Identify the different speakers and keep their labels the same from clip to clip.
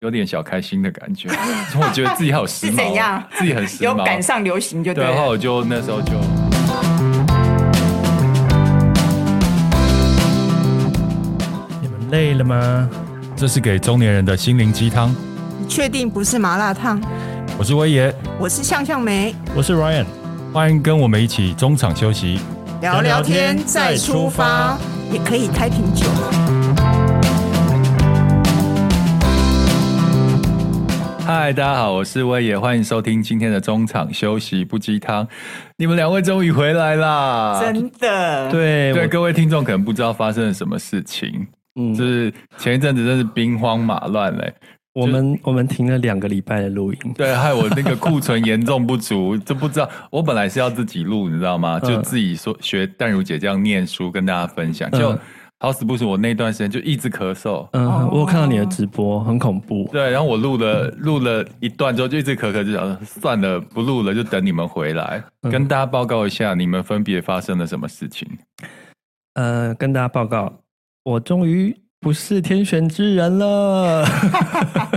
Speaker 1: 有点小开心的感觉， 我觉得自己好时髦、哦
Speaker 2: 啊是怎样
Speaker 1: 自己很时髦，
Speaker 2: 有赶上流行就
Speaker 1: 对，啊
Speaker 2: 对
Speaker 1: 然后
Speaker 2: 了。
Speaker 1: 我就那时候就，
Speaker 3: 你们累了吗？
Speaker 1: 这是给中年人的心灵鸡汤。
Speaker 2: 你确定不是麻辣烫？
Speaker 1: 我是威爷，
Speaker 2: 我是向向梅，
Speaker 3: 我是 Ryan，
Speaker 1: 欢迎跟我们一起中场休息。
Speaker 2: 聊
Speaker 3: 聊
Speaker 2: 聊
Speaker 3: 天
Speaker 2: 天
Speaker 3: 再
Speaker 2: 再
Speaker 3: 出
Speaker 2: 出发
Speaker 3: 发，
Speaker 2: 也可以开瓶酒。
Speaker 1: 嗨，大家好，我是威爷，欢迎收听今天的中场休息不鸡汤。你们两位终于回来啦！
Speaker 2: 真的，
Speaker 3: 对
Speaker 1: 啊对
Speaker 3: 我
Speaker 1: 各位听众可能不知道发生了什么事情，
Speaker 3: 嗯
Speaker 1: 就是前一阵子真是兵荒马乱嘞、
Speaker 3: 我们我们停了两个礼拜的录音，
Speaker 1: 对，害我那个库存严重不 足，这不知道。我本来是要自己录，你知道吗？
Speaker 3: 嗯
Speaker 1: 就自己说学淡如姐这样念书，跟大家分享。
Speaker 3: 嗯
Speaker 1: 就好死不死，我那段时间就一直咳嗽。
Speaker 3: 嗯，
Speaker 2: 哦
Speaker 3: 我有看到你的直播，很恐怖。
Speaker 1: 对，然后我录了
Speaker 3: 嗯
Speaker 1: 录了一段之后，就一直咳咳，就想说算了，不录了，就等你们回来，
Speaker 3: 嗯
Speaker 1: 跟大家报告一下你们分别发生了什么事情。
Speaker 3: 呃，跟大家报告，我终于不是天选之人了。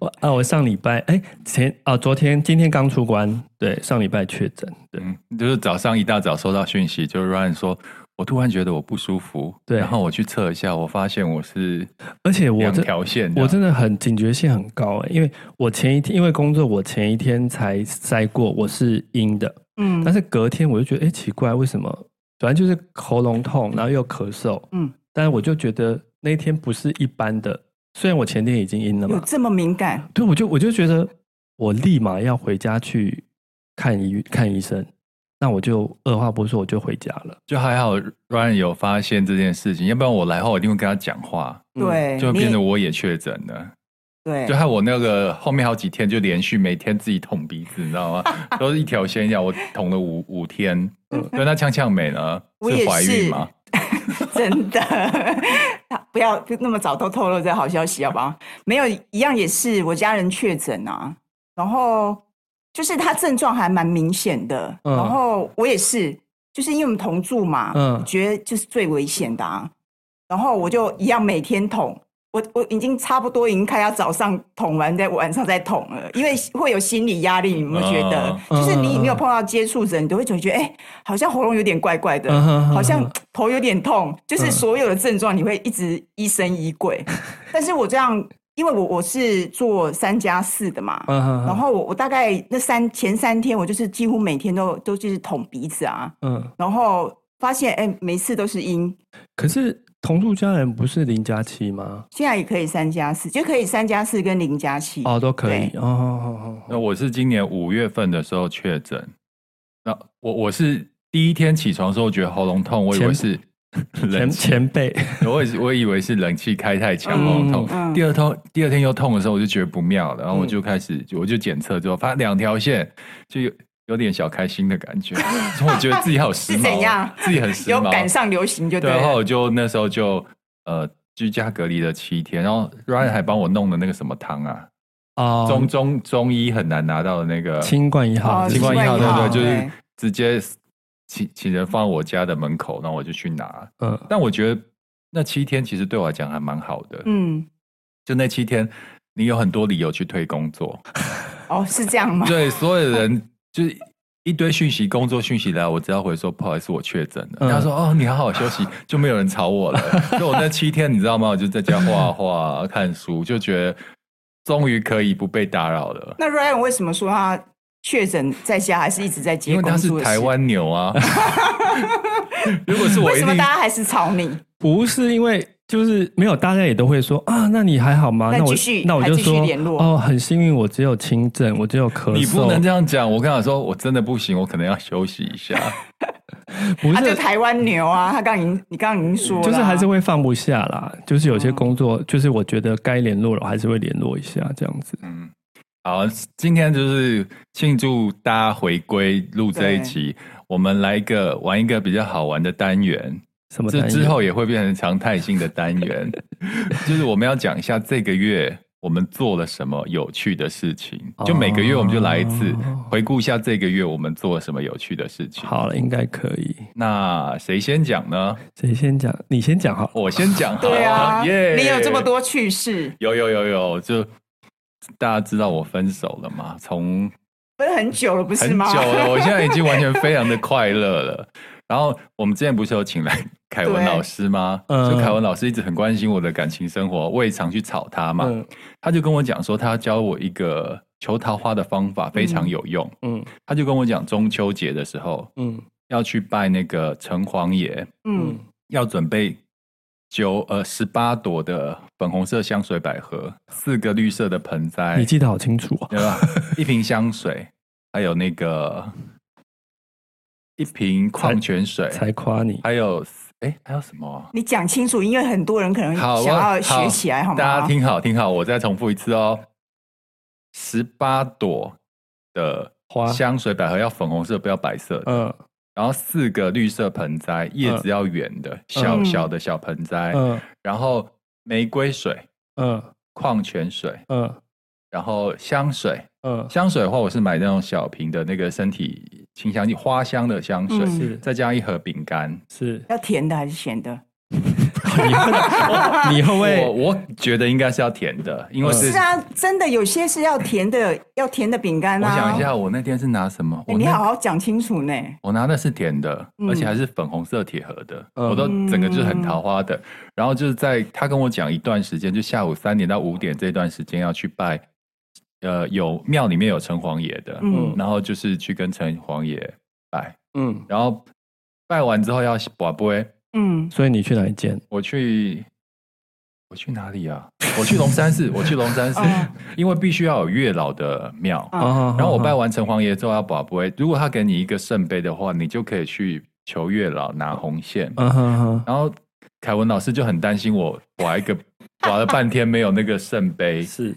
Speaker 3: 我啊，我上礼拜哎前啊昨天今天刚出关，对，上礼拜确诊，对，
Speaker 1: 嗯，就是早上一大早收到讯息，就是 Ryan 说，我突然觉得我不舒服，
Speaker 3: 对
Speaker 1: 然后我去测一下，我发现我是
Speaker 3: 而且我
Speaker 1: 两
Speaker 3: 这
Speaker 1: 条线这样，
Speaker 3: 我真的很警觉性很高哎、因为我前一天因为工作，我前一天才筛过我是阴的，
Speaker 2: 嗯
Speaker 3: 但是隔天我就觉得哎、诶奇怪，为什么？反正就是喉咙痛，然后又咳嗽，
Speaker 2: 嗯，
Speaker 3: 但是我就觉得那一天不是一般的，虽然我前天已经阴了
Speaker 2: 有
Speaker 3: 嘛，
Speaker 2: 这么敏感？
Speaker 3: 对，我就我就觉得我立马要回家去看医看医生，那我就二话不说我就回家了，
Speaker 1: 就还好，Ryan 有发现这件事情，要不然我来后我一定会跟他讲话，
Speaker 3: 嗯
Speaker 2: 对，
Speaker 1: 就会变
Speaker 2: 你
Speaker 1: 得我也确诊了，就
Speaker 2: 对，
Speaker 1: 害我那个后面好几天就连续每天自己捅鼻子，你知道 吗？都是一条线一样，我捅了五五天。对，那呛呛美呢？
Speaker 2: 嗯我也
Speaker 1: 怀
Speaker 2: 是
Speaker 1: 孕吗？
Speaker 2: 真的。 不要那么早都透露这好消息，好不好？没有，一样也是我家人确诊啊，然后就是他症状还蛮明显的，
Speaker 3: 嗯
Speaker 2: 然后我也是，就是因为我们同住嘛，
Speaker 3: 嗯
Speaker 2: 我觉得就是最危险的啊，然后我就一样每天捅。我我已经差不多已经开到早上捅完，在晚上再捅了，因为会有心理压力，你有没有觉得？
Speaker 3: 嗯
Speaker 2: 就是你
Speaker 3: 嗯嗯
Speaker 2: 没有
Speaker 3: 嗯
Speaker 2: 碰到接触者，你都会总觉得，哎、好像喉咙有点怪怪的，
Speaker 3: 嗯哼哼
Speaker 2: 好像
Speaker 3: 哼
Speaker 2: 头有点痛，就是
Speaker 3: 嗯
Speaker 2: 所有的症状你会一直疑神疑 鬼。但是我这样，因为我我是做三加四的嘛，
Speaker 3: 嗯哼
Speaker 2: 然
Speaker 3: 哼
Speaker 2: 后我我大概那三前三天我就是几乎每天都都就是捅鼻子啊，
Speaker 3: 嗯，
Speaker 2: 然后发现哎、每次都是阴，
Speaker 3: 可是同住家人不是零加七吗？
Speaker 2: 现在也可以三加四，就可以三加四跟零加七。
Speaker 3: 哦，都可以
Speaker 2: 对
Speaker 3: 哦哦哦
Speaker 1: 那我是今年五月份的时候确诊，那我我是第一天起床的时候觉得喉咙痛，我以为
Speaker 3: 前
Speaker 1: 是
Speaker 3: 哦，前
Speaker 1: 冷气
Speaker 3: 前辈，
Speaker 1: 我也是我以为是冷气开太强喉咙痛，
Speaker 2: 嗯嗯嗯
Speaker 1: 第二痛第二天又痛的时候，我就觉得不妙了，然后我就开始、我就检测之后，发现两条线，就有有点小开心的感觉， 我觉得自己好时髦，
Speaker 2: 是怎样
Speaker 1: 自己很时
Speaker 2: 有
Speaker 1: 髦，
Speaker 2: 赶上流行就
Speaker 1: 对，啊
Speaker 2: 对
Speaker 1: 然后
Speaker 2: 了，
Speaker 1: 我就那时候就呃居家隔离了七天，然后 Ryan 还帮我弄了那个什么汤啊，
Speaker 3: 哦，
Speaker 1: 中中中医很难拿到的那个
Speaker 3: 清冠一号，
Speaker 2: 哦
Speaker 1: 清
Speaker 2: 清
Speaker 1: 冠一号，
Speaker 2: 冠一
Speaker 1: 对
Speaker 2: 号
Speaker 1: 对，就是
Speaker 2: 对
Speaker 1: 直接请请人放我家的门口，然后我就去拿，
Speaker 3: 嗯
Speaker 1: 但我觉得。那七天其实对我来讲还蛮好的，
Speaker 2: 嗯，
Speaker 1: 就那七天，你有很多理由去推工作。
Speaker 2: 哦，是这样吗？
Speaker 1: 对，所有人就是一堆讯息，工作讯息来，我只要回说不好意思，我确诊了。
Speaker 3: 嗯
Speaker 1: 他说哦，你好好休息，就没有人吵我了。所以我那七天，你知道吗？我就在家画画、啊看书，就觉得终于可以不被打扰了。
Speaker 2: 那 Ryan 为什么说他确诊在家，还是一直在
Speaker 1: 因
Speaker 2: 接
Speaker 1: 为
Speaker 2: 工
Speaker 1: 他是
Speaker 2: 作？
Speaker 1: 台，湾牛 啊，如果是我
Speaker 2: 为
Speaker 1: 一
Speaker 2: 什么
Speaker 1: 定
Speaker 2: 大家还是吵你？
Speaker 3: 不是因为就是没有，大家也都会说啊，那你还好吗？
Speaker 2: 那
Speaker 3: 那我
Speaker 2: 继续
Speaker 3: 那我
Speaker 2: 还
Speaker 3: 就
Speaker 2: 继续
Speaker 3: 说
Speaker 2: 联络
Speaker 3: 哦，很幸运，我只有轻症，我只有咳嗽。
Speaker 1: 你不能这
Speaker 3: 样，
Speaker 1: 样讲。我跟他说，我真的不行，我可能要休息一下。
Speaker 3: 不
Speaker 2: 他就是台湾牛啊，他刚已经你刚刚已经说了啊，
Speaker 3: 就是还是会放不下啦。就是
Speaker 2: 嗯
Speaker 3: 有些工作，就是我觉得该联络了，我还是会联络一下这样子。
Speaker 1: 嗯，好，今天就是庆祝大家回归录这一集，我们来一个玩一个比较好玩的单元，
Speaker 3: 什么
Speaker 1: 这
Speaker 3: 单元
Speaker 1: 之后也会变成常态性的单元，就是我们要讲一下这个月我们做了什么有趣的事情。
Speaker 2: 哦
Speaker 1: 就每个月我们就来一次，
Speaker 3: 哦
Speaker 1: 回顾一下这个月我们做了什么有趣的事情。
Speaker 3: 好了，应该可以。
Speaker 1: 那谁先讲呢？
Speaker 3: 谁先讲？你先讲好。
Speaker 1: 我先讲好了。
Speaker 2: 对啊，
Speaker 1: 耶！
Speaker 2: 你有这么多趣事，
Speaker 1: 有有有有，就大家知道我分手了嘛？从
Speaker 2: 不是很久了，不是
Speaker 1: 很久
Speaker 2: 吗？
Speaker 1: 了，我现在已经完全非常的快乐 了。然后我们之前不是有请来凯文
Speaker 2: 对
Speaker 1: 老师吗？
Speaker 3: 嗯
Speaker 1: 就凯文老师一直很关心我的感情生活，我也常去吵他嘛。
Speaker 3: 嗯
Speaker 1: 他就跟我讲说，他教我一个求桃花的方法非常有用。
Speaker 3: 嗯
Speaker 1: 他就跟我讲，中秋节的时候
Speaker 3: 嗯
Speaker 1: 要去拜那个城隍爷，
Speaker 2: 嗯，
Speaker 1: 要准备九呃十八朵的粉红色香水百合，四个绿色的盆栽
Speaker 3: 你，记得好清楚哦。
Speaker 1: 对吧？一瓶香水，还有那个一瓶矿泉水，
Speaker 3: 才夸你。
Speaker 1: 还有哎、还有什么啊、
Speaker 2: 你讲清楚，因为很多人可能
Speaker 1: 好，
Speaker 2: 想
Speaker 1: 我
Speaker 2: 要学起来，好吗？
Speaker 1: 大家听好，听好，我再重复一次哦。十八朵的
Speaker 3: 花
Speaker 1: 香水百合要粉红色，不要白色的。
Speaker 3: 嗯
Speaker 1: 然后四个绿色盆栽，叶子要圆的，小小的小盆栽。
Speaker 3: 嗯
Speaker 1: 然后玫瑰水、
Speaker 3: 嗯
Speaker 1: 矿泉水，
Speaker 3: 嗯
Speaker 1: 然后香水。
Speaker 3: 嗯，
Speaker 1: 香水的话，我是买那种小瓶的那个身体清香剂，花香的香水，
Speaker 2: 嗯
Speaker 3: 是
Speaker 1: 再加一盒饼干。
Speaker 3: 是。
Speaker 2: 要甜的还是咸的？
Speaker 3: 你会你会不
Speaker 1: 我
Speaker 3: 会
Speaker 1: 我觉得应该是要甜的，因为是
Speaker 2: 是啊，真的有些是要甜的，要甜的饼干
Speaker 1: 我
Speaker 2: 啊。
Speaker 1: 想一下，我那天是拿什么？
Speaker 2: 哎，
Speaker 1: 我
Speaker 2: 你
Speaker 1: 那
Speaker 2: 好好讲清楚呢。
Speaker 1: 我拿的是甜的，
Speaker 2: 嗯
Speaker 1: 而且还是粉红色铁盒的，
Speaker 3: 嗯
Speaker 1: 我都整个就是很桃花的。然后就是在他跟我讲一段时间，就下午三点到五点这段时间要去拜，呃，有庙里面有城隍爷的，
Speaker 2: 嗯
Speaker 1: 然后就是去跟城隍爷拜，
Speaker 3: 嗯？
Speaker 1: 然后拜完之后要把杯，
Speaker 2: 嗯，
Speaker 3: 所以你去哪一间？
Speaker 1: 我去。我去哪里啊？我去龙山寺，我去龙山寺
Speaker 2: 哦，
Speaker 1: 因为必须要有月老的庙，
Speaker 2: 啊
Speaker 3: 哦
Speaker 1: 然后我拜
Speaker 3: 完
Speaker 1: 完城隍爷之后要保杯，如果他给你一个圣杯的话，你就可以去求月老拿红线。
Speaker 3: 嗯哼哼，
Speaker 1: 然后凯文老师就很担心我划一个划了半天没有那个圣杯，
Speaker 3: 是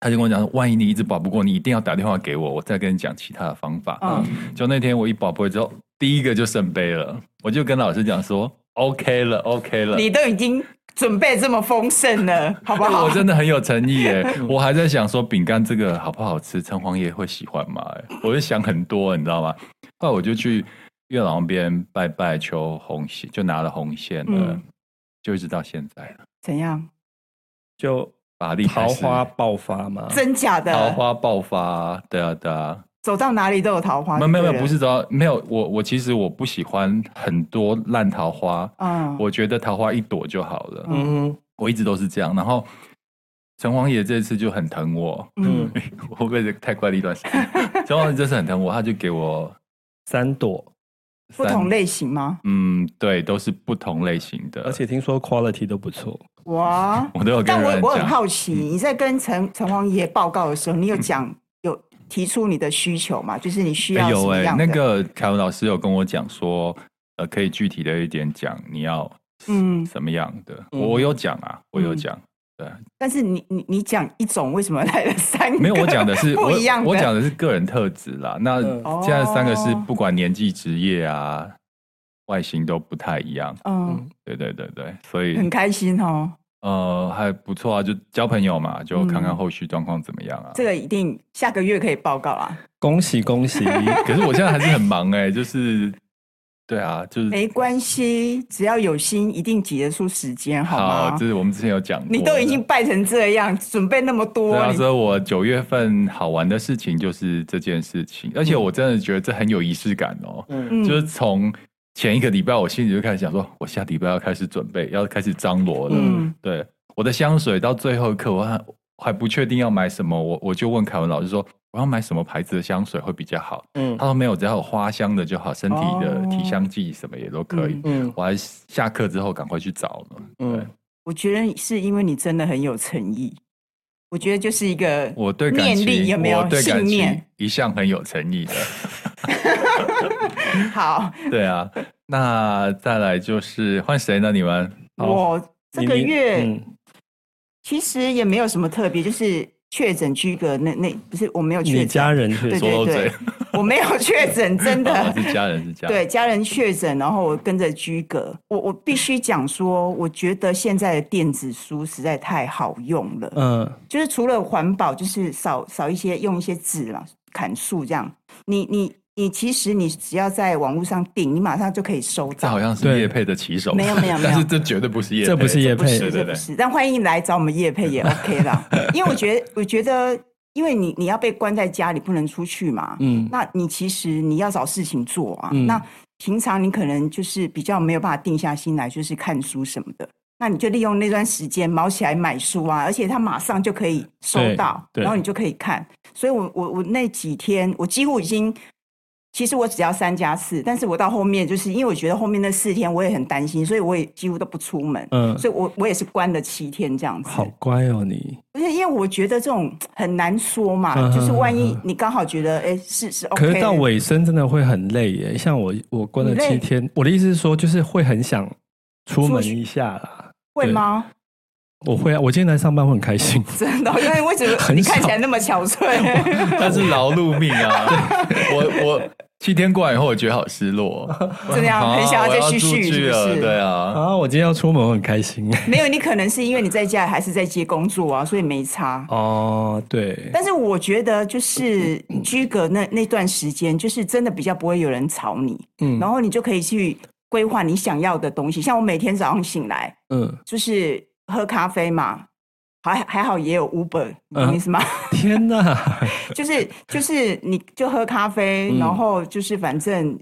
Speaker 1: 他就跟我讲说，万一你一直保不过，你一定要打电话给我，我再跟你讲其他的方法。
Speaker 2: 嗯
Speaker 1: 就那天我一保杯之后，第一个就圣杯了，我就跟老师讲说，OK 了，OK 了。
Speaker 2: 你都已经准备这么丰盛了， 好不好
Speaker 1: 我？真的很有诚意 耶！我还在想说饼干这个好不好吃，城隍爷会喜欢吗？哎我就想很多，你知道吗？后来我就去月老那边拜拜求红线，就拿了红线了，
Speaker 2: 嗯
Speaker 1: 就一直到现在了。
Speaker 2: 怎样？
Speaker 3: 就
Speaker 1: 法力
Speaker 3: 桃
Speaker 1: 开始
Speaker 3: 花爆发嘛？
Speaker 2: 真假
Speaker 1: 桃
Speaker 2: 的？
Speaker 1: 花爆发，对啊对啊，
Speaker 2: 走到哪里都有桃花。
Speaker 1: 没有没有没
Speaker 2: 对
Speaker 1: 有，
Speaker 2: 了
Speaker 1: 不。是主要没有我我其实我不喜欢很多烂桃花，
Speaker 2: 嗯，
Speaker 1: 我觉得桃花一朵就好了，
Speaker 3: 嗯哼
Speaker 1: 我一直都是这样。然后城隍爷这次就很疼我，
Speaker 2: 嗯，
Speaker 1: 我会不会太怪力乱神？ 陈老师真是很疼我，他就给我
Speaker 3: 三朵，
Speaker 2: 不
Speaker 1: 三
Speaker 2: 同，类型吗？
Speaker 1: 嗯，对，都是不同类型的，
Speaker 3: 而且听说 quality 都不错。
Speaker 2: 哇！
Speaker 1: 我都有跟
Speaker 2: 啊但
Speaker 1: 人
Speaker 2: 我我很
Speaker 1: 讲，嗯
Speaker 2: 好奇，你在跟陈陈王爷报告的时候，你有讲有提出你的需求吗？啊就是你需要什
Speaker 1: 有
Speaker 2: 么
Speaker 1: 哎、
Speaker 2: 样的？
Speaker 1: 那个凯文老师有跟我讲说，呃，可以具体的一点讲你要
Speaker 2: 嗯，
Speaker 1: 什么样的，
Speaker 3: 嗯
Speaker 1: 我我有讲啊，我有
Speaker 2: 嗯
Speaker 1: 讲，
Speaker 2: 但是你你你讲一种，为什么来了三个？
Speaker 1: 没有，我讲的 是
Speaker 2: 嗯不
Speaker 1: 我
Speaker 2: 一样的
Speaker 1: 我讲的是个人特质啦。那
Speaker 3: 嗯
Speaker 1: 现在三个是
Speaker 2: 哦
Speaker 1: 不管年纪、职业啊、外形都不太一样，
Speaker 2: 嗯，
Speaker 1: 对对对对，所以
Speaker 2: 很开心哦，
Speaker 1: 呃，还不错啊，就交朋友嘛，就看看
Speaker 2: 嗯
Speaker 1: 后续状况怎么样啊。
Speaker 2: 这个一定下个月可以报告啊啦，
Speaker 3: 恭喜恭喜！
Speaker 1: 可是我现在还是很忙哎、就是，对啊，就是
Speaker 2: 没关系，只要有心，一定挤得出时间，好
Speaker 1: 好，
Speaker 2: 吗
Speaker 1: 这？是我们之前有讲过的，
Speaker 2: 你都已经拜成这样，准备那么多
Speaker 1: 对，啊，
Speaker 2: 你
Speaker 1: 所以我九月份好玩的事情就是这件事情，而且我真的觉得这很有仪式感哦，
Speaker 3: 嗯
Speaker 2: 嗯
Speaker 1: 就是从前一个礼拜我心里就开始想说，我下礼拜要开始准备，要开始张罗了，
Speaker 2: 嗯
Speaker 1: 对，我的香水到最后一刻我还还不确定要买什么，我我就问凯文老师说。我要买什么牌子的香水会比较好？
Speaker 3: 嗯
Speaker 1: 他说没有，只要有花香的就好，身体的
Speaker 2: 哦
Speaker 1: 体香剂什么也都可以。
Speaker 2: 嗯
Speaker 3: 嗯
Speaker 1: 我还下课之后赶快去找呢。对
Speaker 3: 嗯，
Speaker 2: 我觉得是因为你真的很有诚意，我觉得就是一个
Speaker 1: 我对感
Speaker 2: 念
Speaker 1: 情，
Speaker 2: 力有没
Speaker 1: 我
Speaker 2: 有
Speaker 1: 对
Speaker 2: 信
Speaker 1: 感情
Speaker 2: 念？
Speaker 1: 一向很有诚意的。
Speaker 2: 好，
Speaker 1: 对啊，那再来就是换谁呢？你们
Speaker 3: 好
Speaker 2: 我这个
Speaker 3: 你你
Speaker 2: 月
Speaker 3: 嗯
Speaker 2: 其实也没有什么特别，就是确诊居隔那那不是我没有确
Speaker 3: 你
Speaker 2: 诊，
Speaker 3: 家人确
Speaker 2: 对
Speaker 3: 实
Speaker 1: 说
Speaker 2: 对
Speaker 1: 漏
Speaker 2: 对
Speaker 1: 嘴，
Speaker 2: 我没有确诊，真
Speaker 1: 啊
Speaker 2: 的。
Speaker 1: 是家人是家人，
Speaker 2: 对，家人确诊，然后我跟着居隔，我我必须讲说，我觉得现在的电子书实在太好用了，
Speaker 3: 嗯
Speaker 2: 就是除了环保，就是少少一些用一些纸嘛，砍树这样。你你你，其实你只要在网络上订，你马上就可以收
Speaker 1: 这
Speaker 2: 到。
Speaker 1: 好像是
Speaker 3: 对
Speaker 1: 叶配的起手，
Speaker 2: 没有没有没有
Speaker 1: 但是这绝对不是叶配，
Speaker 3: 这不是业
Speaker 2: 不
Speaker 3: 配
Speaker 2: 是，
Speaker 1: 对
Speaker 2: 这
Speaker 1: 对
Speaker 2: 不
Speaker 1: 对，
Speaker 2: 是。但欢迎来找我们叶配也 OK 啦，因为我觉得我觉得，因为你你要被关在家里，不能出去嘛。
Speaker 3: 嗯
Speaker 2: 那你其实你要找事情做啊。
Speaker 3: 嗯
Speaker 2: 那平常你可能就是比较没有办法定下心来，就是看书什么的。那你就利用那段时间毛起来买书啊，而且它马上就可以收到，
Speaker 3: 对对
Speaker 2: 然后你就可以看。所以我我我那几天我几乎已经。其实我只要三加四，但是我到后面就是因为我觉得后面那四天我也很担心，所以我也几乎都不出门，
Speaker 3: 嗯，
Speaker 2: 所以我我也是关了七天这样子。
Speaker 3: 好乖哦你，
Speaker 2: 不是，因为我觉得这种很难说嘛，
Speaker 3: 嗯
Speaker 2: 就是万一
Speaker 3: 嗯嗯
Speaker 2: 你刚好觉得，哎、是是 OK，
Speaker 3: 可是到
Speaker 2: 的
Speaker 3: 尾声真的会很累耶。像我我关了
Speaker 2: 你累
Speaker 3: 七天，我的意思是说，就是会很想出门一下啦。
Speaker 2: 会
Speaker 3: 对
Speaker 2: 吗？
Speaker 3: 我会啊，我今天来上班会很开心。
Speaker 2: 真的，因为为什么
Speaker 3: 很
Speaker 2: 你看
Speaker 3: 少
Speaker 2: 起来那么憔悴？
Speaker 1: 但是劳碌命啊！ 我我七天过完以后，我觉得好失落，
Speaker 2: 这样
Speaker 1: 啊
Speaker 2: 很想
Speaker 1: 我
Speaker 2: 要再
Speaker 1: 要
Speaker 2: 续
Speaker 1: 出
Speaker 2: 续
Speaker 1: 去
Speaker 2: 是不
Speaker 1: 了，
Speaker 2: 是
Speaker 1: 对啊，
Speaker 3: 啊，我今天要出门，我很开 心。
Speaker 2: 没有，你可能是因为你在家还是在接工作啊，所以没差。
Speaker 3: 哦，对，
Speaker 2: 但是我觉得，就是居隔那那段时间，就是真的比较不会有人吵你，
Speaker 3: 嗯
Speaker 2: 然后你就可以去规划你想要的东西。像我每天早上醒来，
Speaker 3: 嗯，
Speaker 2: 就是喝咖啡嘛，还还好也有 Uber，你懂
Speaker 3: 嗯
Speaker 2: 意思吗？
Speaker 3: 天哪，
Speaker 2: 就是就是你就喝咖啡，
Speaker 3: 嗯
Speaker 2: 然后就是反正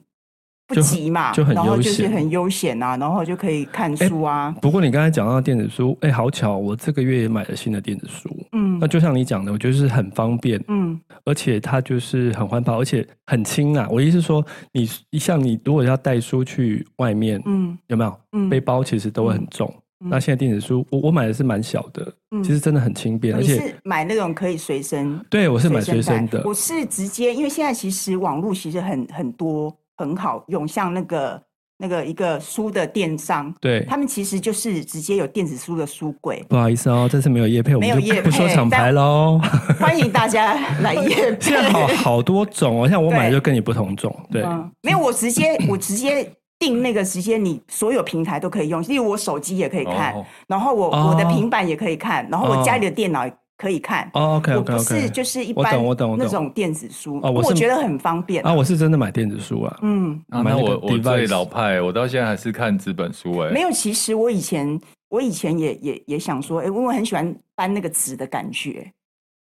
Speaker 2: 不
Speaker 3: 就很
Speaker 2: 急嘛，
Speaker 3: 就很
Speaker 2: 然后
Speaker 3: 悠
Speaker 2: 就是
Speaker 3: 闲哎
Speaker 2: 很悠闲啊，然后就可以看书啊，
Speaker 3: 不过你刚才讲到电子书，哎、好巧，我这个月也买了新的电子书。
Speaker 2: 嗯
Speaker 3: 那就像你讲的，我觉得是很方便，
Speaker 2: 嗯
Speaker 3: 而且它就是很环保，而且很轻啊。我的意思是说，你一像你如果要带书去外面，
Speaker 2: 嗯
Speaker 3: 有没有
Speaker 2: 嗯，
Speaker 3: 背包其实都会很重。
Speaker 2: 嗯
Speaker 3: 那现在电子书，我我买的是蛮小的，
Speaker 2: 嗯
Speaker 3: 其实真的很轻便，而
Speaker 2: 你
Speaker 3: 且
Speaker 2: 是买那种可以随身
Speaker 3: 对我是买学生
Speaker 2: 带
Speaker 3: 的
Speaker 2: 我是直接，因为现在其实网络其实很很多很好用，像那个那个一个书的电商，
Speaker 3: 对。，
Speaker 2: 他们其实就是直接有电子书的书柜
Speaker 3: 不好意思哦，这次没有叶配，我们
Speaker 2: 没有业
Speaker 3: 就
Speaker 2: 配
Speaker 3: 不说厂牌喽。
Speaker 2: 欢迎大家 来夜
Speaker 3: 现在好好多种哦，像我买的就跟你不同种，对，
Speaker 2: 嗯，没有，我直 接我直接定那个时间，你所有平台都可以用，例如我手机也可以看，
Speaker 1: 哦
Speaker 2: 然后我、我
Speaker 3: 哦
Speaker 2: 的平板也可以看，然后
Speaker 3: 哦
Speaker 2: 我家里的电脑也可以看。
Speaker 3: 哦，OK
Speaker 2: 我
Speaker 3: OK
Speaker 2: 不
Speaker 3: OK，
Speaker 2: 是就是一
Speaker 3: 我
Speaker 2: 般
Speaker 3: 懂我懂我懂
Speaker 2: 那种电子书，
Speaker 3: 哦我
Speaker 2: 不过
Speaker 3: 是
Speaker 2: 觉得很方便
Speaker 3: 啊，我是真的买电子书啊，
Speaker 2: 嗯，
Speaker 1: 啊
Speaker 3: 买
Speaker 1: 那
Speaker 3: 那
Speaker 1: 我
Speaker 3: 个
Speaker 1: 我
Speaker 3: device
Speaker 1: 最老派，我到现在还是看纸本书哎
Speaker 2: 没，有，其实我以前我以前也也也想说，哎、因为我很喜欢搬那个纸的感觉，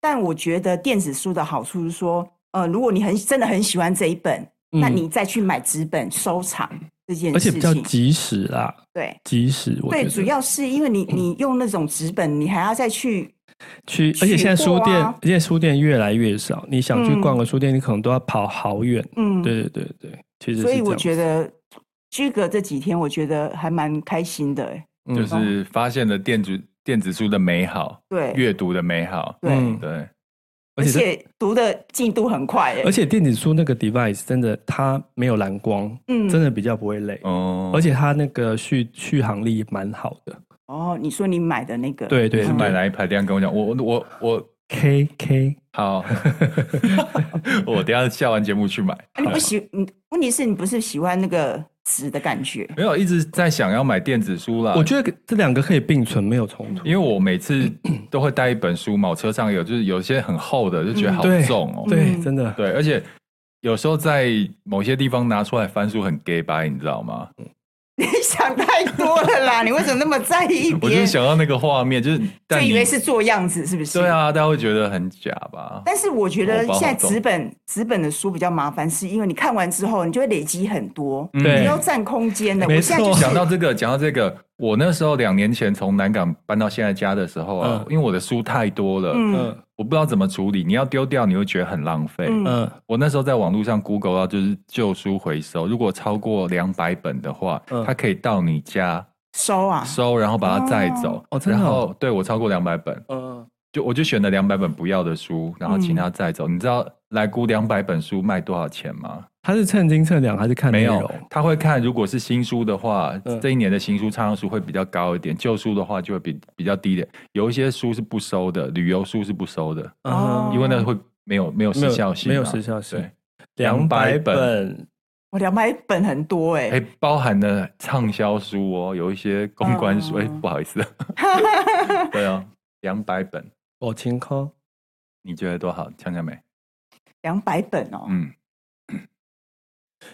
Speaker 2: 但我觉得电子书的好处是说，呃，如果你很真的很喜欢这一本，
Speaker 3: 嗯
Speaker 2: 那你再去买纸本收藏这件
Speaker 3: 而
Speaker 2: 事
Speaker 3: 且
Speaker 2: 情，
Speaker 3: 比较及时啦，
Speaker 2: 对。
Speaker 3: 及时我觉
Speaker 2: 对，
Speaker 3: 得
Speaker 2: 主要是因为你
Speaker 1: 嗯
Speaker 2: 你用那种纸本，你还要再去
Speaker 3: 去，
Speaker 2: 取
Speaker 3: 而且现在书
Speaker 2: 货
Speaker 3: 店
Speaker 2: 啊，
Speaker 3: 现在书店越来越少，你想去
Speaker 2: 嗯
Speaker 3: 逛个书店，你可能都要跑好远。
Speaker 2: 嗯，
Speaker 3: 对对对对，其实
Speaker 2: 所以我觉
Speaker 3: 得
Speaker 2: 得居隔这几天，我觉得还蛮开心的欸，
Speaker 1: 就是发现了电子电子书的美好，
Speaker 2: 对，
Speaker 1: 阅读的美好，
Speaker 2: 对，
Speaker 3: 嗯
Speaker 1: 对，
Speaker 2: 而
Speaker 3: 而且这
Speaker 2: 且读的进度很快欸，
Speaker 3: 而且电子书那个 device 真的它没有蓝光，
Speaker 2: 嗯
Speaker 3: 真的比较不会累，
Speaker 1: 哦，
Speaker 3: 而且它那个续续航力蛮好的。
Speaker 2: 哦，你说你买的那个，嗯
Speaker 3: 对对
Speaker 1: 你是买哪一排？等一下跟我讲，我我我我
Speaker 3: K K
Speaker 1: 好， 我等一下下完节目去买。
Speaker 2: 啊你不喜，你问题是你不是喜欢那个纸的感觉？
Speaker 1: 没有，一直在想要买电子书啦。
Speaker 3: 我觉得这两个可以并存，没有冲突。
Speaker 1: 因为我每次
Speaker 3: 嗯
Speaker 1: 都会带一本书嘛，我车上有，就是有些很厚的，就觉得好
Speaker 3: 对
Speaker 1: 重哦。
Speaker 3: 对，
Speaker 2: 嗯
Speaker 3: 真的，
Speaker 1: 对而且有时候在某些地方拿出来翻书很 gay 白，你知道吗？
Speaker 2: 你 想太多了啦，你为什么那么在意
Speaker 1: 我
Speaker 2: 别
Speaker 1: 就是
Speaker 2: 人？
Speaker 1: 想到那个画面，就是
Speaker 2: 就
Speaker 1: 但
Speaker 2: 以
Speaker 1: 你
Speaker 2: 为是做样子，是不是？
Speaker 1: 对。啊，大家会觉得很假吧？
Speaker 2: 但是我觉
Speaker 1: 我
Speaker 2: 得
Speaker 1: 包好
Speaker 2: 现在
Speaker 1: 重
Speaker 2: 纸本纸本的书比较麻烦，是因为你看完之后，你就会累积很多，
Speaker 1: 嗯
Speaker 3: 对
Speaker 2: 你要占空间的。
Speaker 3: 哎没
Speaker 2: 我现在就
Speaker 3: 错
Speaker 2: 是
Speaker 1: 讲到这个，讲到这个，我那时候两年前从南港搬到现在家的时候啊，
Speaker 3: 嗯
Speaker 1: 因为我的书太多了，
Speaker 2: 嗯
Speaker 3: 嗯
Speaker 1: 我不知道怎么处理。你要丢掉，你会觉得很浪费。
Speaker 2: 嗯
Speaker 3: 嗯
Speaker 1: 我那时候在网络上 Google 到，就是旧书回收，如果超过两百本的话，
Speaker 3: 嗯
Speaker 1: 它可以到你家
Speaker 2: 收啊，
Speaker 1: 收，然后把它载走。
Speaker 3: 哦真的
Speaker 1: 然
Speaker 3: 哦
Speaker 1: 后对我超过两百本，
Speaker 3: 嗯，
Speaker 1: 就我就选了两百本不要的书，然后请他载走。你知道来估两百本书卖多少钱吗？
Speaker 3: 他是称斤称两还是看
Speaker 1: 没
Speaker 3: 内
Speaker 1: 有
Speaker 3: 容？，
Speaker 1: 他会看，如果是新书的话，
Speaker 3: 嗯
Speaker 1: 这一年的新书畅销书会比较高一点，旧书的话就会比比较低一点。有一些书是不收的，旅游书是不收的，
Speaker 2: 哦
Speaker 1: 因为那会没有没有
Speaker 3: 没
Speaker 1: 时
Speaker 3: 有
Speaker 1: 效性嘛，啊
Speaker 3: 没有时效性
Speaker 1: 对，
Speaker 3: 两百
Speaker 1: 200
Speaker 3: 本，
Speaker 2: 我两百本很多哎、
Speaker 1: 哎，包含了畅销书哦，有一些公关书，
Speaker 2: 哦
Speaker 1: 哎，不好意 思，对啊，两百本，
Speaker 3: 我晴空
Speaker 1: 你觉得多好？强强美，
Speaker 2: 两百本哦，
Speaker 1: 嗯，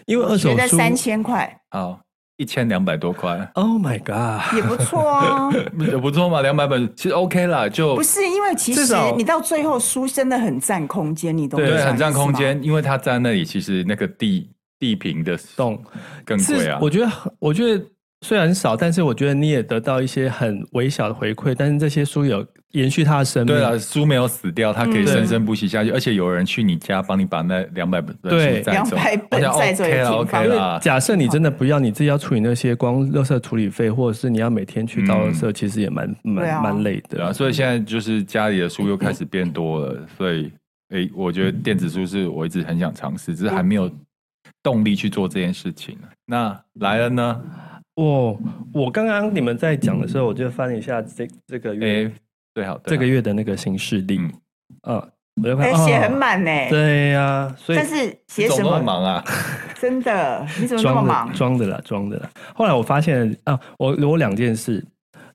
Speaker 3: 因为二手
Speaker 2: 觉得
Speaker 3: 书
Speaker 2: 三千块
Speaker 1: 好，一千两百多块。
Speaker 3: ，Oh my God！
Speaker 2: 也不错 啊。
Speaker 1: 也不错嘛，两百本其实 OK 啦，就
Speaker 2: 不是因为其
Speaker 3: 至
Speaker 2: 实
Speaker 3: 少
Speaker 2: 你到最后书真的很占空间，你懂我
Speaker 1: 对，
Speaker 2: 意思
Speaker 1: 很占空
Speaker 2: 吗
Speaker 1: 间，因为它在那里，其实那个地地平的
Speaker 3: 懂
Speaker 1: 更贵啊
Speaker 3: 是。我觉得很，我觉得虽然少，但是我觉得你也得到一些很微小的回馈，但是这些书有延续它的生命。
Speaker 1: 对啊，书没有死掉，它可以
Speaker 3: 嗯
Speaker 1: 生生不息下去，而且有人去你家帮你把那两百本
Speaker 3: 对
Speaker 1: 书载走，
Speaker 2: 200本
Speaker 1: 我想哦
Speaker 2: 载走
Speaker 1: OK
Speaker 2: 也
Speaker 1: 啦
Speaker 2: 挺
Speaker 1: ，OK
Speaker 2: 方便
Speaker 1: 啦，
Speaker 3: 假设你真的不要，你自己要处理那些光垃圾处理费，或者是你要每天去倒垃圾，其实也蛮
Speaker 2: 对啊
Speaker 3: 蛮蛮累
Speaker 1: 嗯对啊，
Speaker 3: 的。
Speaker 1: 所以现在就是家里的书又开始变多了，所以诶，我觉得电子书是我一直很想尝试，只是还没有动力去做这件事情。那来了呢？
Speaker 3: 哦，我刚刚你们在讲的时候，我就翻了一下这这个月
Speaker 1: 诶，最好
Speaker 3: 这个月的那个行事历
Speaker 1: 啊嗯，
Speaker 3: 嗯，我就发
Speaker 2: 哎，
Speaker 3: 现
Speaker 2: 写很
Speaker 3: 哦
Speaker 2: 满呢、
Speaker 3: 对呀，所以
Speaker 2: 但是写
Speaker 1: 你
Speaker 2: 什
Speaker 1: 总那么
Speaker 2: 么？
Speaker 1: 忙啊？
Speaker 2: 真的，你怎么那么
Speaker 3: 装
Speaker 2: 忙
Speaker 3: 的？装的啦，装的啦。后来我发现啊，我我两件事，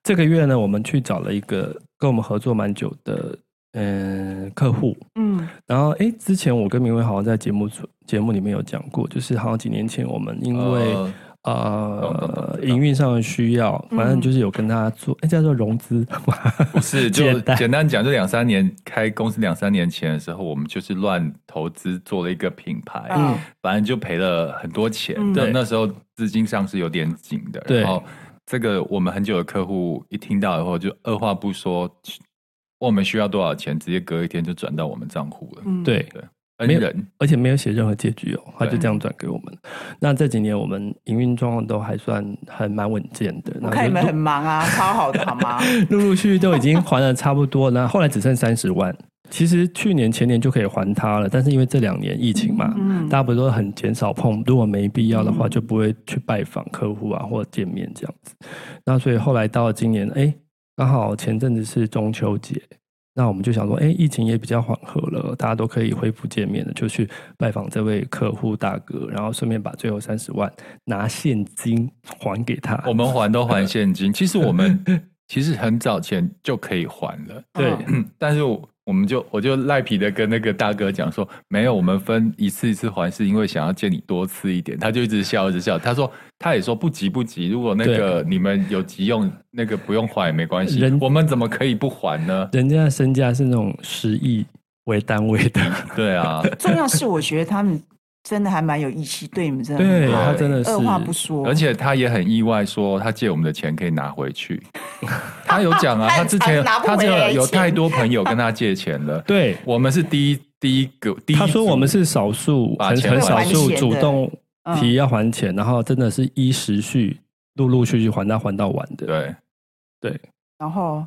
Speaker 3: 这个月呢，我们去找了一个跟我们合作蛮久的嗯、呃客户，
Speaker 2: 嗯，
Speaker 3: 然后诶，之前我跟明威好像在节目出节目里面有讲过，就是好像几年前我们因为、
Speaker 1: 呃懂懂懂
Speaker 3: 呃
Speaker 1: 懂
Speaker 3: 营运上的需要，
Speaker 2: 嗯
Speaker 3: 反正就是有跟他做，诶，叫做融资，
Speaker 1: 不是，就
Speaker 3: 简单
Speaker 1: 简单讲，就两三年开公司两三年前的时候，我们就是乱投资做了一个品
Speaker 3: 哎
Speaker 1: 牌，
Speaker 2: 嗯
Speaker 1: 反正就赔了很多钱。
Speaker 2: 嗯
Speaker 1: 那
Speaker 3: 对
Speaker 1: 那时候资金上是有点紧的，
Speaker 3: 对
Speaker 1: 然后这个我们很久的客户一听到以后，就二话不说，问我们需要多少钱，直接隔一天就转到我们账户了。
Speaker 2: 嗯，
Speaker 3: 对，
Speaker 1: 恩
Speaker 3: 没有
Speaker 1: 人，
Speaker 3: 而且没有写任何结局哦，他就
Speaker 1: 对
Speaker 3: 这样转给我们。那这几年我们营运状况都还算很蛮稳健的，
Speaker 2: 我看你
Speaker 3: 然后
Speaker 2: 们
Speaker 3: 就
Speaker 2: 很忙 啊，超好的好吗？
Speaker 3: 陆陆续续都已经还了差不多，那后来只剩三十万。其实去年前年就可以还它了，但是因为这两年疫情嘛，
Speaker 2: 嗯
Speaker 3: 大家不都很减少碰，如果没必要的话，
Speaker 2: 嗯
Speaker 3: 就不会去拜访客户啊或见面这样子。那所以后来到了今年，哎，刚好前阵子是中秋节，那我们就想说，哎，疫情也比较缓和了，大家都可以恢复见面了，就去拜访这位客户大哥，然后顺便把最后三十万拿现金还给他。
Speaker 1: 我们还都还现金。其实我 们其实很早前就可以还了，
Speaker 3: 对
Speaker 2: 嗯
Speaker 1: 但是我我们就我就赖皮的跟那个大哥讲说，没有，我们分一次一次还，是因为想要见你多次一点。他就一直笑，一直笑。他说，他也说不急不急，如果那个你们有急用，那个不用还也没关系
Speaker 3: 人。
Speaker 1: 我们怎么可以不还呢？
Speaker 3: 人家的身价是那种十亿为单位的，
Speaker 1: 对啊，
Speaker 2: 重要是我觉得他们真的还蛮有义气，对你们真的
Speaker 3: 对
Speaker 2: 很好
Speaker 3: 他真的是
Speaker 2: 二话不说，
Speaker 1: 而且他也很意外，说他借我们的钱可以拿回去。他有讲啊，他之前
Speaker 2: 他拿不
Speaker 1: 他之
Speaker 2: 回来
Speaker 1: 前有
Speaker 2: 钱
Speaker 1: 太多朋友跟他借钱了。
Speaker 3: 对，
Speaker 1: 我们是第一第一个，第一
Speaker 3: 他说
Speaker 1: 组
Speaker 3: 我们是少数，
Speaker 1: 把
Speaker 3: 很
Speaker 1: 钱
Speaker 3: 很
Speaker 1: 还
Speaker 3: 少数
Speaker 2: 钱的
Speaker 3: 主动
Speaker 2: 嗯
Speaker 3: 提要还钱，然后真的是依时序陆陆续续还到还到完的。
Speaker 1: 对，
Speaker 2: 然后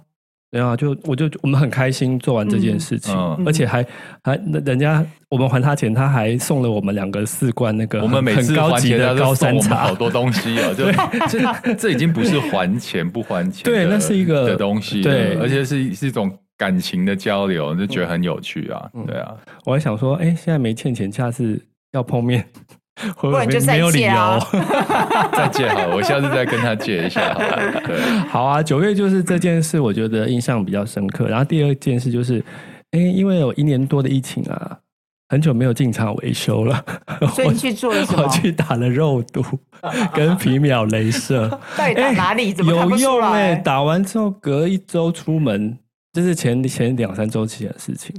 Speaker 3: 对啊，就我就我们很开心做完这件事情，
Speaker 1: 嗯
Speaker 2: 嗯
Speaker 3: 而且还还人家我们还他钱，他还送了我们两个四罐那个
Speaker 1: 我们每次
Speaker 3: 很高
Speaker 1: 还
Speaker 3: 级
Speaker 1: 钱，他
Speaker 3: 的高
Speaker 1: 就送
Speaker 3: 山
Speaker 1: 我们
Speaker 3: 茶
Speaker 1: 好，多东西 哦，就这这已经不是还钱不还钱的，
Speaker 3: 对那是一个
Speaker 1: 的东西了，
Speaker 3: 对
Speaker 1: 而且是是一种感情的交流，就觉得很有趣啊，
Speaker 3: 嗯
Speaker 1: 对啊，
Speaker 3: 我还想说，哎，现在没欠钱，下次要碰面。会不
Speaker 2: 不
Speaker 3: 会
Speaker 2: 然就再
Speaker 3: 没有理
Speaker 2: 借啊
Speaker 3: 由？
Speaker 1: 再借好了，我下次再跟他借一下好了，对，
Speaker 3: 好啊，九月就是这件事，我觉得印象比较深刻。然后第二件事就是，哎，因为有一年多的疫情啊，很久没有进厂维修 了，
Speaker 2: 所以你去做了什
Speaker 3: 我
Speaker 2: 么
Speaker 3: 我？去打了肉毒跟皮秒镭射，
Speaker 2: 到底打哪哦 里？怎么看
Speaker 3: 有
Speaker 2: 不出
Speaker 3: 用哎、
Speaker 2: 来？
Speaker 3: 打完之后隔一周出门，这是前前两三周前的事情。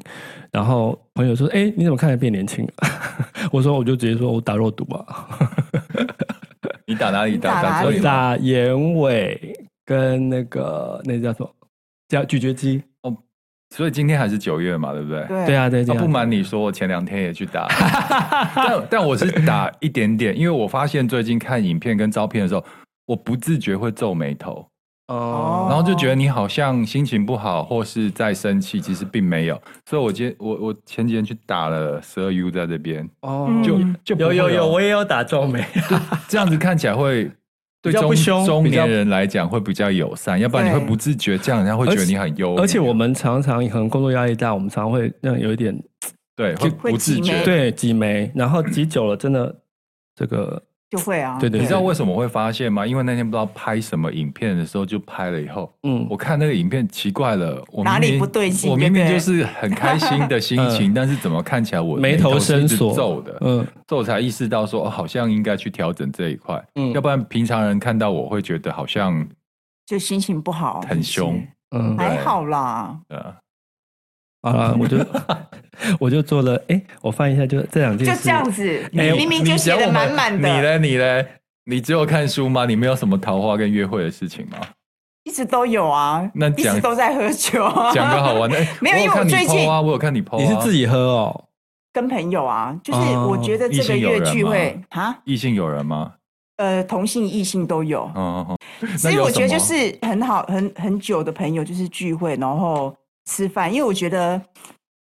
Speaker 3: 然后朋友说：“哎、你怎么看起来变年轻了？” 我说：“我就直接说我打肉毒啊，
Speaker 1: 你打哪里打
Speaker 2: 你打哪
Speaker 1: 这
Speaker 2: 里
Speaker 1: 里吗？
Speaker 3: 打眼尾跟那个那叫什么叫咀嚼肌。”
Speaker 1: 所以今天还是九月嘛，对不对？
Speaker 2: 对哦
Speaker 3: 对，啊，对
Speaker 1: 啊
Speaker 3: 对、啊。
Speaker 1: 不瞒你说，我前两天也去打，但但我是打一点点，因为我发现最近看影片跟照片的时候，我不自觉会皱眉头。
Speaker 2: 哦
Speaker 1: 然后就觉得你好像心情不好，或是在生气，其实并没有。所以我今天我我前几天去打了十二 U 在这边，
Speaker 3: 哦
Speaker 1: 就
Speaker 2: 嗯
Speaker 1: 就不
Speaker 3: 有
Speaker 1: 会
Speaker 3: 有有，我也有打皱眉。
Speaker 1: 这样子看起来会对
Speaker 3: 比较
Speaker 1: 中
Speaker 3: 不凶
Speaker 1: 中
Speaker 3: 比较
Speaker 1: 年人来讲会比较友善，要不然你
Speaker 2: 对
Speaker 1: 会不自觉，这样人家会觉得你很优美。
Speaker 3: 而且我们常常可能工作压力大，我们常常会让有一点
Speaker 1: 对会不自
Speaker 2: 会挤眉
Speaker 1: 觉。
Speaker 3: 对挤眉，然后挤久了真的这个
Speaker 2: 就会啊。
Speaker 3: 对对
Speaker 1: 你知道为什么会发现吗？因为那天不知道拍什么影片的时候，就拍了以后，
Speaker 3: 嗯
Speaker 1: 我看那个影片奇怪了，我明明
Speaker 2: 哪里不对劲
Speaker 1: 我明明
Speaker 2: 对
Speaker 1: 就
Speaker 2: 不对
Speaker 1: 是很开心的心 情，但是怎么看起来我
Speaker 3: 眉头
Speaker 1: 头是
Speaker 3: 深
Speaker 1: 一直
Speaker 3: 锁
Speaker 1: 皱的，
Speaker 3: 嗯
Speaker 1: 所以我才意识到说，哦，好像应该去调整这一块，
Speaker 3: 嗯
Speaker 1: 要不然平常人看到我会觉得好像
Speaker 2: 就心情不好，
Speaker 1: 很凶
Speaker 2: 是
Speaker 3: 嗯
Speaker 1: 对
Speaker 2: 还好啦，
Speaker 1: 呃，
Speaker 3: 好了， 我就我就做了，哎，我翻一下，就这两件
Speaker 2: 就
Speaker 3: 事，
Speaker 2: 这样子。你
Speaker 3: 哎
Speaker 2: 明明就写
Speaker 1: 讲我
Speaker 2: 的
Speaker 1: 们
Speaker 2: 满满
Speaker 1: 你
Speaker 2: 的，
Speaker 1: 嘞，你嘞，你只有看书吗？你没有什么桃花跟约会的事情吗？
Speaker 2: 一直都有啊，
Speaker 1: 那
Speaker 2: 一
Speaker 1: 讲
Speaker 2: 直都在喝酒啊，
Speaker 1: 讲个好玩的，哎
Speaker 2: 没有因为
Speaker 1: 我
Speaker 2: 我
Speaker 1: 看你
Speaker 2: 最近
Speaker 1: PO 啊，我有看你 PO，、啊、
Speaker 3: 你是自己喝哦，
Speaker 2: 跟朋友啊，就是
Speaker 3: 哦
Speaker 2: 我觉得这个月聚会啊，
Speaker 1: 异性友人吗？
Speaker 2: 呃，同性异性都有。
Speaker 1: 嗯，嗯 嗯
Speaker 2: 所
Speaker 1: 那
Speaker 2: 以
Speaker 1: 有
Speaker 2: 我
Speaker 1: 什
Speaker 2: 觉得就
Speaker 1: 么
Speaker 2: 是很好，很很久的朋友就是聚会，然后吃饭，因为我觉得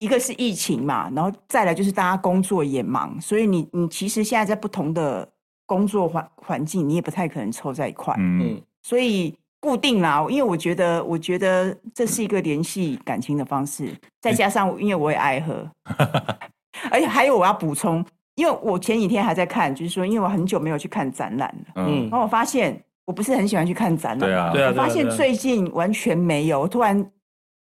Speaker 2: 一个是疫情嘛，然后再来就是大家工作也忙，所以你你其实现在在不同的工作环环境，你也不太可能凑在一块，
Speaker 1: 嗯，
Speaker 2: 所以固定啦，因为我觉得我觉得这是一个联系感情的方式，再加上我因为我也爱 喝，而且还有我要补充，因为我前几天还在看，就是说因为我很久没有去看展览了。
Speaker 1: 嗯，
Speaker 2: 然后我发现我不是很喜欢去看展览，
Speaker 1: 对啊，
Speaker 3: 对啊
Speaker 2: 我发现最近完全没有，我突然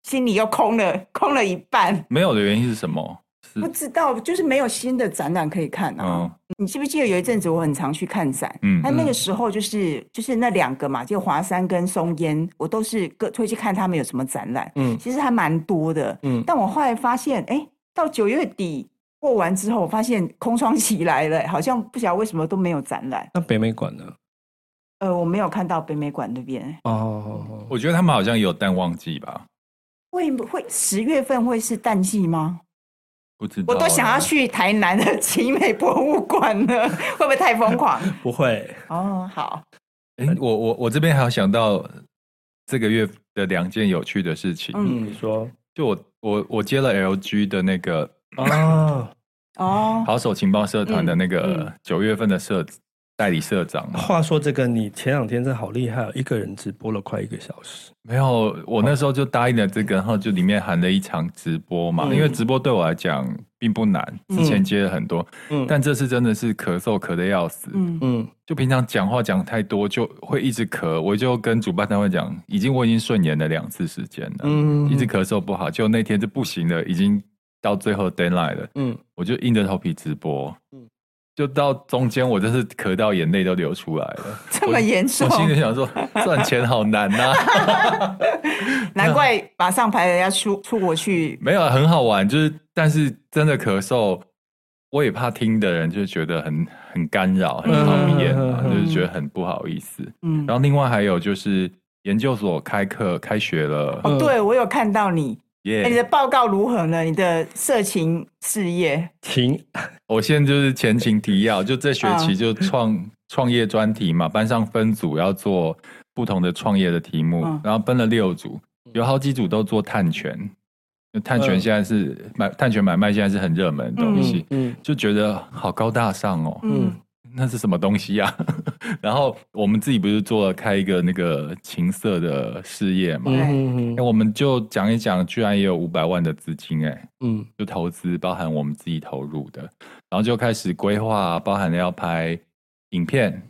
Speaker 2: 心里又空了，空了一半，
Speaker 1: 没有的原因是什么？
Speaker 3: 嗯
Speaker 1: 是
Speaker 2: 不知道就是没有新的展览可以看啊。
Speaker 1: 嗯
Speaker 2: 你记不记得有一阵子我很常去看展？
Speaker 1: 嗯
Speaker 2: 那那个时候就是就是那两个嘛，就华山跟松烟，我都是各推去看他们有什么展览，
Speaker 3: 嗯
Speaker 2: 其实还蛮多的。
Speaker 3: 嗯，
Speaker 2: 但我后来发现，哎，到九月底过完之后，我发现空窗期来了，好像不晓得为什么都没有展览。
Speaker 3: 那北美馆呢？
Speaker 2: 呃，我没有看到北美馆那边，
Speaker 3: 哦，
Speaker 1: 我觉得他们好像也有淡旺季吧，
Speaker 2: 会不会十月份会是淡季吗？
Speaker 1: 不知道
Speaker 2: 我
Speaker 1: 欸。
Speaker 2: 都想要去台南的奇美博物馆了， 会不会太 疯狂？
Speaker 3: 不会，
Speaker 2: 哦，好，
Speaker 1: 诶。哎我我我这边还有想到这个月的两件有趣的事情，
Speaker 2: 嗯
Speaker 3: 嗯，你说
Speaker 1: 就我我我接了 LG 的那个
Speaker 3: 啊，
Speaker 2: 哦，
Speaker 1: 好手情报社团的那
Speaker 2: 嗯哦
Speaker 1: 个九月份的社、代理社长嘛，
Speaker 3: 话说这个，你前两天真的好厉害哦，一个人直播了快一个小时，
Speaker 1: 没有，我
Speaker 2: 哦
Speaker 1: 那时候就答应了这个，然后就里面含了一场直播嘛，
Speaker 3: 嗯
Speaker 1: 因为直播对我来讲并不难，
Speaker 2: 嗯
Speaker 1: 之前接了很多，
Speaker 3: 嗯
Speaker 1: 但这次真的是咳嗽咳的要死，
Speaker 2: 嗯，
Speaker 3: 嗯
Speaker 1: 就平常讲话讲太多就会一直咳，我就跟主办单位讲，已经我已经顺延了两次时间了，
Speaker 3: 嗯
Speaker 1: 一直咳嗽不好，就那天就不行了，已经到最后 deadline 了，
Speaker 3: 嗯
Speaker 1: 我就硬着头皮直播，
Speaker 3: 嗯
Speaker 1: 就到中间我真是咳到眼泪都流出来 了。
Speaker 2: 这么严重
Speaker 1: 我，心里想说，
Speaker 3: 哦
Speaker 1: 赚钱好难啊呐、
Speaker 2: 难怪马上排了要出出国去。
Speaker 1: 没有啊很好玩，就是但是真的咳嗽，我也怕听的人就觉得很很干扰，很讨厌啊，
Speaker 3: 嗯
Speaker 1: 就是觉得很不好意思。
Speaker 2: 嗯，
Speaker 1: 然后另外还有就是研究所开课开学了，
Speaker 3: 哎
Speaker 2: 哦，对我有看到你，
Speaker 1: 耶、
Speaker 2: 哎你的报告如何呢？你的色情事业，
Speaker 3: 停，
Speaker 1: 我现在就是前情提要，就这学期就创创业专题嘛，班上分组要做不同的创业的题目，
Speaker 2: 嗯
Speaker 1: 然后分了六组，有好几组都做碳权。就碳权
Speaker 3: 嗯
Speaker 1: 现在是买碳权买卖，现在是很热门的东西，
Speaker 3: 嗯
Speaker 1: 就觉得好高大上哦，
Speaker 2: 嗯
Speaker 3: 嗯
Speaker 1: 那是什么东西呀、啊 然后我们自己不是做了开一个那个情色的事业嘛，
Speaker 3: 嗯
Speaker 1: 那我们就讲一讲，居然也有五百万的资金哎、
Speaker 3: 嗯
Speaker 1: 就投资包含我们自己投入的，然后就开始规划，包含了要拍影片，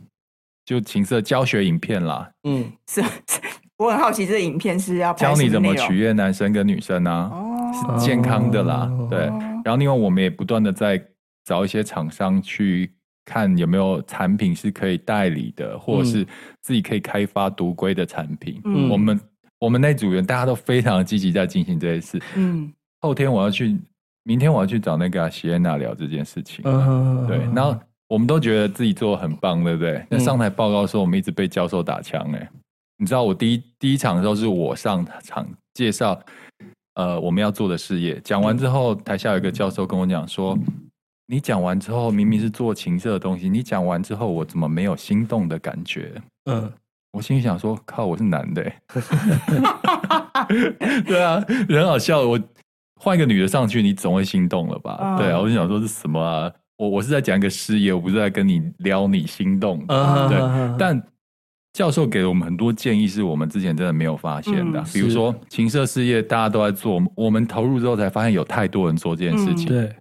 Speaker 1: 就情色教学影片啦，
Speaker 3: 嗯
Speaker 2: 是， 是我很好奇这影片哦是要拍
Speaker 1: 教你
Speaker 2: 什
Speaker 1: 怎么
Speaker 2: 内容
Speaker 1: 取悦男生跟女生啊，
Speaker 2: 哦，
Speaker 1: 健康的啦，
Speaker 3: 哦
Speaker 1: 对
Speaker 2: 哦。
Speaker 1: 然后另外我们也不断的在找一些厂商去看有没有产品是可以代理的，或者是自己可以开发独规的产品。
Speaker 2: 嗯
Speaker 1: 我们我们那组员大家都非常积极在进行这件事。
Speaker 2: 嗯，
Speaker 1: 后天我要去，明天我要去找那个席安娜聊这件事情。
Speaker 3: 嗯，
Speaker 1: 哎对，然后我们都觉得自己做的很棒，对不对？那上台报告的时候，我们一直被教授打枪哎、你知道我第一第一场的时候是我上场介绍，呃，我们要做的事业。讲完之后，台下有一个教授跟我讲说：“你讲完之后，明明是做情色的东西，你讲完之后，我怎么没有心动的感觉
Speaker 3: 嗯？”
Speaker 1: 我心里想说，靠，我是男的、欸， 对啊，人好笑。我换一个女的上去，你总会心动了吧？
Speaker 2: 嗯
Speaker 1: 对啊，我就想说是什么啊？我我是在讲一个事业，我不是在跟你撩你心动。
Speaker 3: 嗯
Speaker 1: 对
Speaker 3: 嗯
Speaker 1: 但教授给了我们很多建议，是我们之前真的没有发现的啊。
Speaker 2: 嗯
Speaker 1: 比如
Speaker 3: 是
Speaker 1: 说情色事业，大家都在做，我们投入之后才发现有太多人做这件事
Speaker 2: 嗯
Speaker 1: 情。
Speaker 3: 对，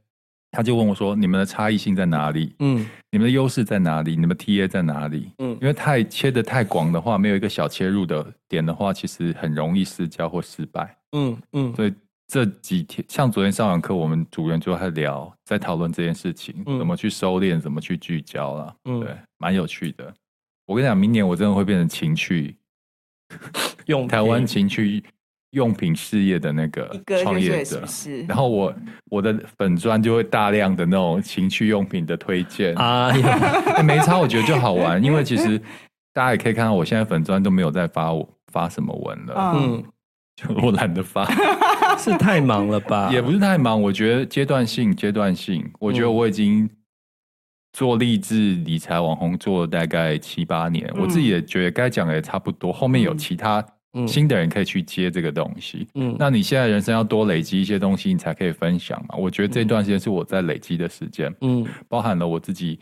Speaker 1: 他就问我说：“你们的差异性在哪里？
Speaker 3: 嗯
Speaker 1: 你们的优势在哪里？你们 TA 在哪里？”
Speaker 3: 嗯
Speaker 1: 因为太切的太广的话，没有一个小切入的点的话，其实很容易失焦或失败。
Speaker 3: 嗯嗯，
Speaker 1: 所以这几天，像昨天上完课，我们组员就在聊，在讨论这件事情，
Speaker 3: 嗯
Speaker 1: 怎么去收敛，怎么去聚焦啦。
Speaker 3: 嗯
Speaker 1: 对，蛮有趣的。我跟你讲，明年我真的会变成情趣
Speaker 3: 用
Speaker 1: 台湾
Speaker 3: 品
Speaker 1: 情趣用品事业的那个
Speaker 2: 一哥
Speaker 1: 创
Speaker 2: 就是
Speaker 1: 业
Speaker 2: 是
Speaker 1: 者
Speaker 2: 不。是？
Speaker 1: 然后我我的粉砖就会大量的那种情趣用品的推荐
Speaker 3: 啊，有
Speaker 1: 欸、没差，我觉得就好玩，因为其实大家也可以看到，我现在粉砖都没有在发我发什么文了，
Speaker 2: 嗯
Speaker 3: 嗯，
Speaker 1: 就我懒得发，
Speaker 3: 是太忙了吧？
Speaker 1: 也不是太忙。我觉得阶段性，阶段性，我觉得我已经做励志理财网红做了大概七八年，
Speaker 2: 嗯
Speaker 1: 我自己也觉得该讲的也差不多，后面有其他
Speaker 3: 嗯
Speaker 1: 新的人可以去接这个东西。
Speaker 3: 嗯
Speaker 1: 那你现在人生要多累积一些东西，你才可以分享嘛。我觉得这段时间是我在累积的时间，
Speaker 3: 嗯
Speaker 1: 包含了我自己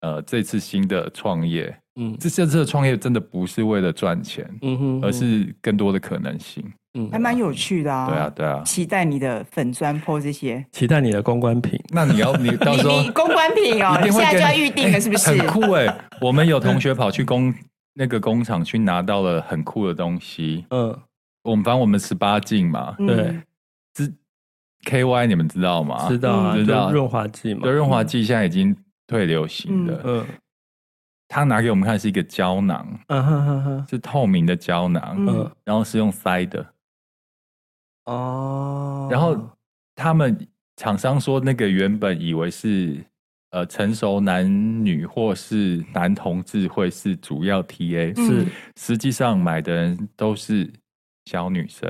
Speaker 1: 呃这次新的创业，
Speaker 3: 嗯
Speaker 1: 这这次的创业真的不是为了赚钱，
Speaker 3: 嗯哼，
Speaker 1: 而是更多的可能性。
Speaker 3: 嗯
Speaker 2: 还蛮有趣的啊。
Speaker 1: 对啊，，对啊。
Speaker 2: 期待你的粉砖破这些。
Speaker 3: 期待你的公关品。
Speaker 1: 那你要 你到
Speaker 2: 你
Speaker 1: 时候
Speaker 2: 你公关品哦，
Speaker 1: 一
Speaker 2: 你
Speaker 1: 定
Speaker 2: 现
Speaker 1: 会
Speaker 2: 在
Speaker 1: 给
Speaker 2: 就要
Speaker 1: 你
Speaker 2: 预定了，是不嗯是？
Speaker 1: 很酷哎、我们有同学跑去工那个工厂去拿到了很酷的东西。
Speaker 3: 嗯，
Speaker 1: 我们反正我们十八禁嘛
Speaker 2: 嗯
Speaker 3: 对，
Speaker 1: ，KY 你们知道吗？
Speaker 3: 知道啊，
Speaker 1: 嗯知道
Speaker 3: 就润滑剂嘛
Speaker 1: 对，。润滑
Speaker 2: 嗯
Speaker 1: 剂现在已经退流行了。
Speaker 3: 嗯
Speaker 1: 他拿给我们看是一个胶囊，
Speaker 3: 嗯哼哼哼，
Speaker 1: 是透明的胶囊，
Speaker 2: 嗯
Speaker 3: 嗯
Speaker 1: 然后是用塞的。
Speaker 3: 哦，
Speaker 1: 然后他们厂商说，那个原本以为是呃成熟男女或是男同志会是主要 TA，、
Speaker 2: 嗯
Speaker 3: 是
Speaker 1: 实际上买的人都是小女生、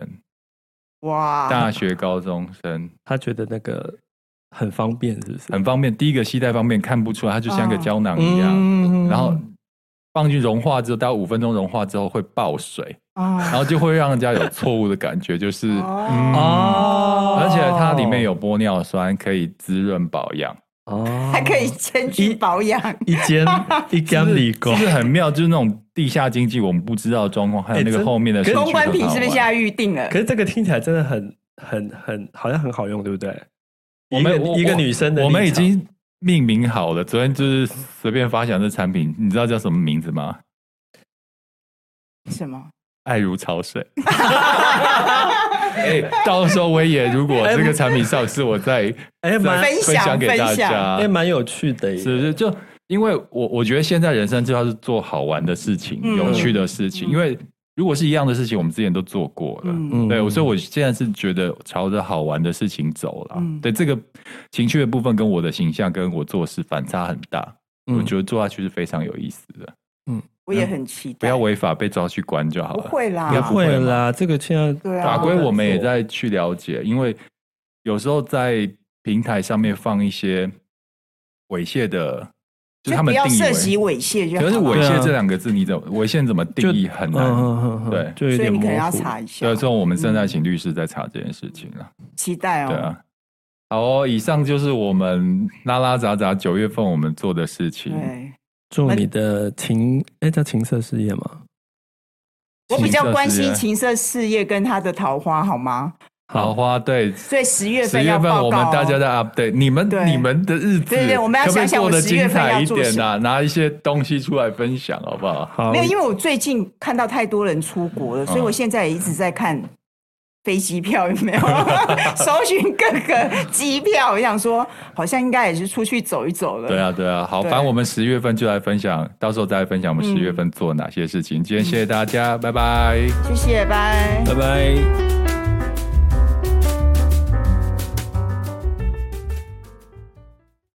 Speaker 2: 哇，
Speaker 1: 大
Speaker 2: 啊
Speaker 1: 学高中生，
Speaker 3: 他觉得那个很方便，是不是？
Speaker 1: 很方便。第一个携带方面看不出来，它就像个
Speaker 2: 哦
Speaker 1: 胶囊一样，
Speaker 3: 嗯
Speaker 1: 然后。放进融化之后，大概五分钟融化之后会爆水，然
Speaker 2: 啊，
Speaker 1: 后就会让人家有错误的感觉，就是、
Speaker 2: 哦
Speaker 1: 嗯，
Speaker 3: 哦，
Speaker 1: 而且它里面有玻尿酸，可以滋润保养。
Speaker 3: 哦，
Speaker 2: 还可以先去保养。
Speaker 3: 一 间一间理工
Speaker 1: 就，是很妙，就是那种地下经济我们不知道的状况，还有那
Speaker 3: 哎
Speaker 1: 个
Speaker 3: 真
Speaker 1: 后面的
Speaker 3: 跟
Speaker 1: 数据
Speaker 2: 公关品
Speaker 1: 很好
Speaker 2: 是不是现
Speaker 1: 玩
Speaker 2: 在预定了
Speaker 3: 可？是这个听起来真的很很很好像很好用，对不对？
Speaker 1: 我们
Speaker 3: 一个
Speaker 1: 我
Speaker 3: 一个女生的立
Speaker 1: 我
Speaker 3: 场，
Speaker 1: 们已经命名好了，昨天就是随便发想这产品，你知道叫什么名字吗？
Speaker 2: 什么？
Speaker 1: 爱如潮水。 哎、到时候威爷如果这个产品上市，我再
Speaker 3: 哎蛮
Speaker 1: 再
Speaker 2: 分享
Speaker 1: 分享给大
Speaker 2: 分享
Speaker 1: 家
Speaker 3: 哎。蛮有趣的耶，
Speaker 1: 是是，就因为我我觉得现在人生就要是做好玩的事情、
Speaker 2: 嗯
Speaker 1: 有趣的事情，
Speaker 2: 嗯
Speaker 1: 因为如果是一样的事情，我们之前都做过了。
Speaker 2: 嗯
Speaker 3: 嗯
Speaker 1: 对，我所以我现在是觉得朝着好玩的事情走了。
Speaker 2: 嗯
Speaker 1: 对这个情绪的部分，跟我的形象跟我做事反差很大，
Speaker 3: 嗯
Speaker 1: 我觉得做下去是非常有意思的。
Speaker 2: 我也很期待。
Speaker 1: 不要违法被抓去关就好
Speaker 2: 不
Speaker 1: 了。
Speaker 2: 会啦，
Speaker 1: 应该
Speaker 3: 不会啦，这个现在
Speaker 2: 嗯对啊
Speaker 1: 法规我们也
Speaker 3: 做
Speaker 1: 在去了解，因为有时候在平台上面放一些猥亵的，就
Speaker 2: 就
Speaker 1: 他
Speaker 2: 不
Speaker 1: 们
Speaker 2: 要
Speaker 1: 定义
Speaker 2: 涉及
Speaker 1: 为。
Speaker 2: 猥亵就好
Speaker 1: 可
Speaker 2: 了。
Speaker 1: 是猥
Speaker 3: 对啊
Speaker 1: 亵这两个字，你怎么猥亵怎么定义很难？
Speaker 3: 嗯嗯嗯，
Speaker 1: 对
Speaker 3: 就有
Speaker 2: 所以
Speaker 3: 点
Speaker 2: 你可能
Speaker 3: 模
Speaker 2: 要
Speaker 3: 糊。
Speaker 2: 查一下
Speaker 1: 对，。所以我
Speaker 2: 嗯
Speaker 1: 们正在请律师在查这件事情啊了。
Speaker 2: 期待
Speaker 1: 对
Speaker 2: 哦。
Speaker 1: 啊。好哦，以上就是我们拉拉杂杂九月份我们做的事情。
Speaker 2: 对，
Speaker 3: 祝你的情，哎，叫情色事业吗？
Speaker 2: 我比较关心
Speaker 1: 情色事业
Speaker 2: 情色事业跟他的桃花，好吗？
Speaker 1: 桃花对，
Speaker 2: 所以十月
Speaker 1: 十
Speaker 2: 份
Speaker 1: 月
Speaker 2: 要
Speaker 1: 份
Speaker 2: 报告哦。
Speaker 1: 我们大家在 update 你们
Speaker 2: 对
Speaker 1: 你们的日子，
Speaker 2: 对对我们要
Speaker 1: 可不可以
Speaker 2: 想想
Speaker 1: 过
Speaker 2: 我
Speaker 1: 得
Speaker 2: 十月
Speaker 1: 精
Speaker 2: 份要
Speaker 1: 彩一
Speaker 2: 做
Speaker 1: 点
Speaker 2: 什
Speaker 1: 啊，拿一些东西出来分享好不好？
Speaker 3: 好
Speaker 2: 没有，因为我最近看到太多人出国了，所以
Speaker 1: 哦
Speaker 2: 我现在也一直在看飞机票有 没 有，搜寻各个机票。我想说，好像应该也是出去走一走了。
Speaker 1: 对，啊，对啊，好，
Speaker 2: 对
Speaker 1: 反正我们十月份就来分享，到时候再来分享我们
Speaker 2: 嗯
Speaker 1: 十月份做哪些事情。今天谢谢大家，拜拜，
Speaker 2: 谢谢，拜。
Speaker 1: 拜拜。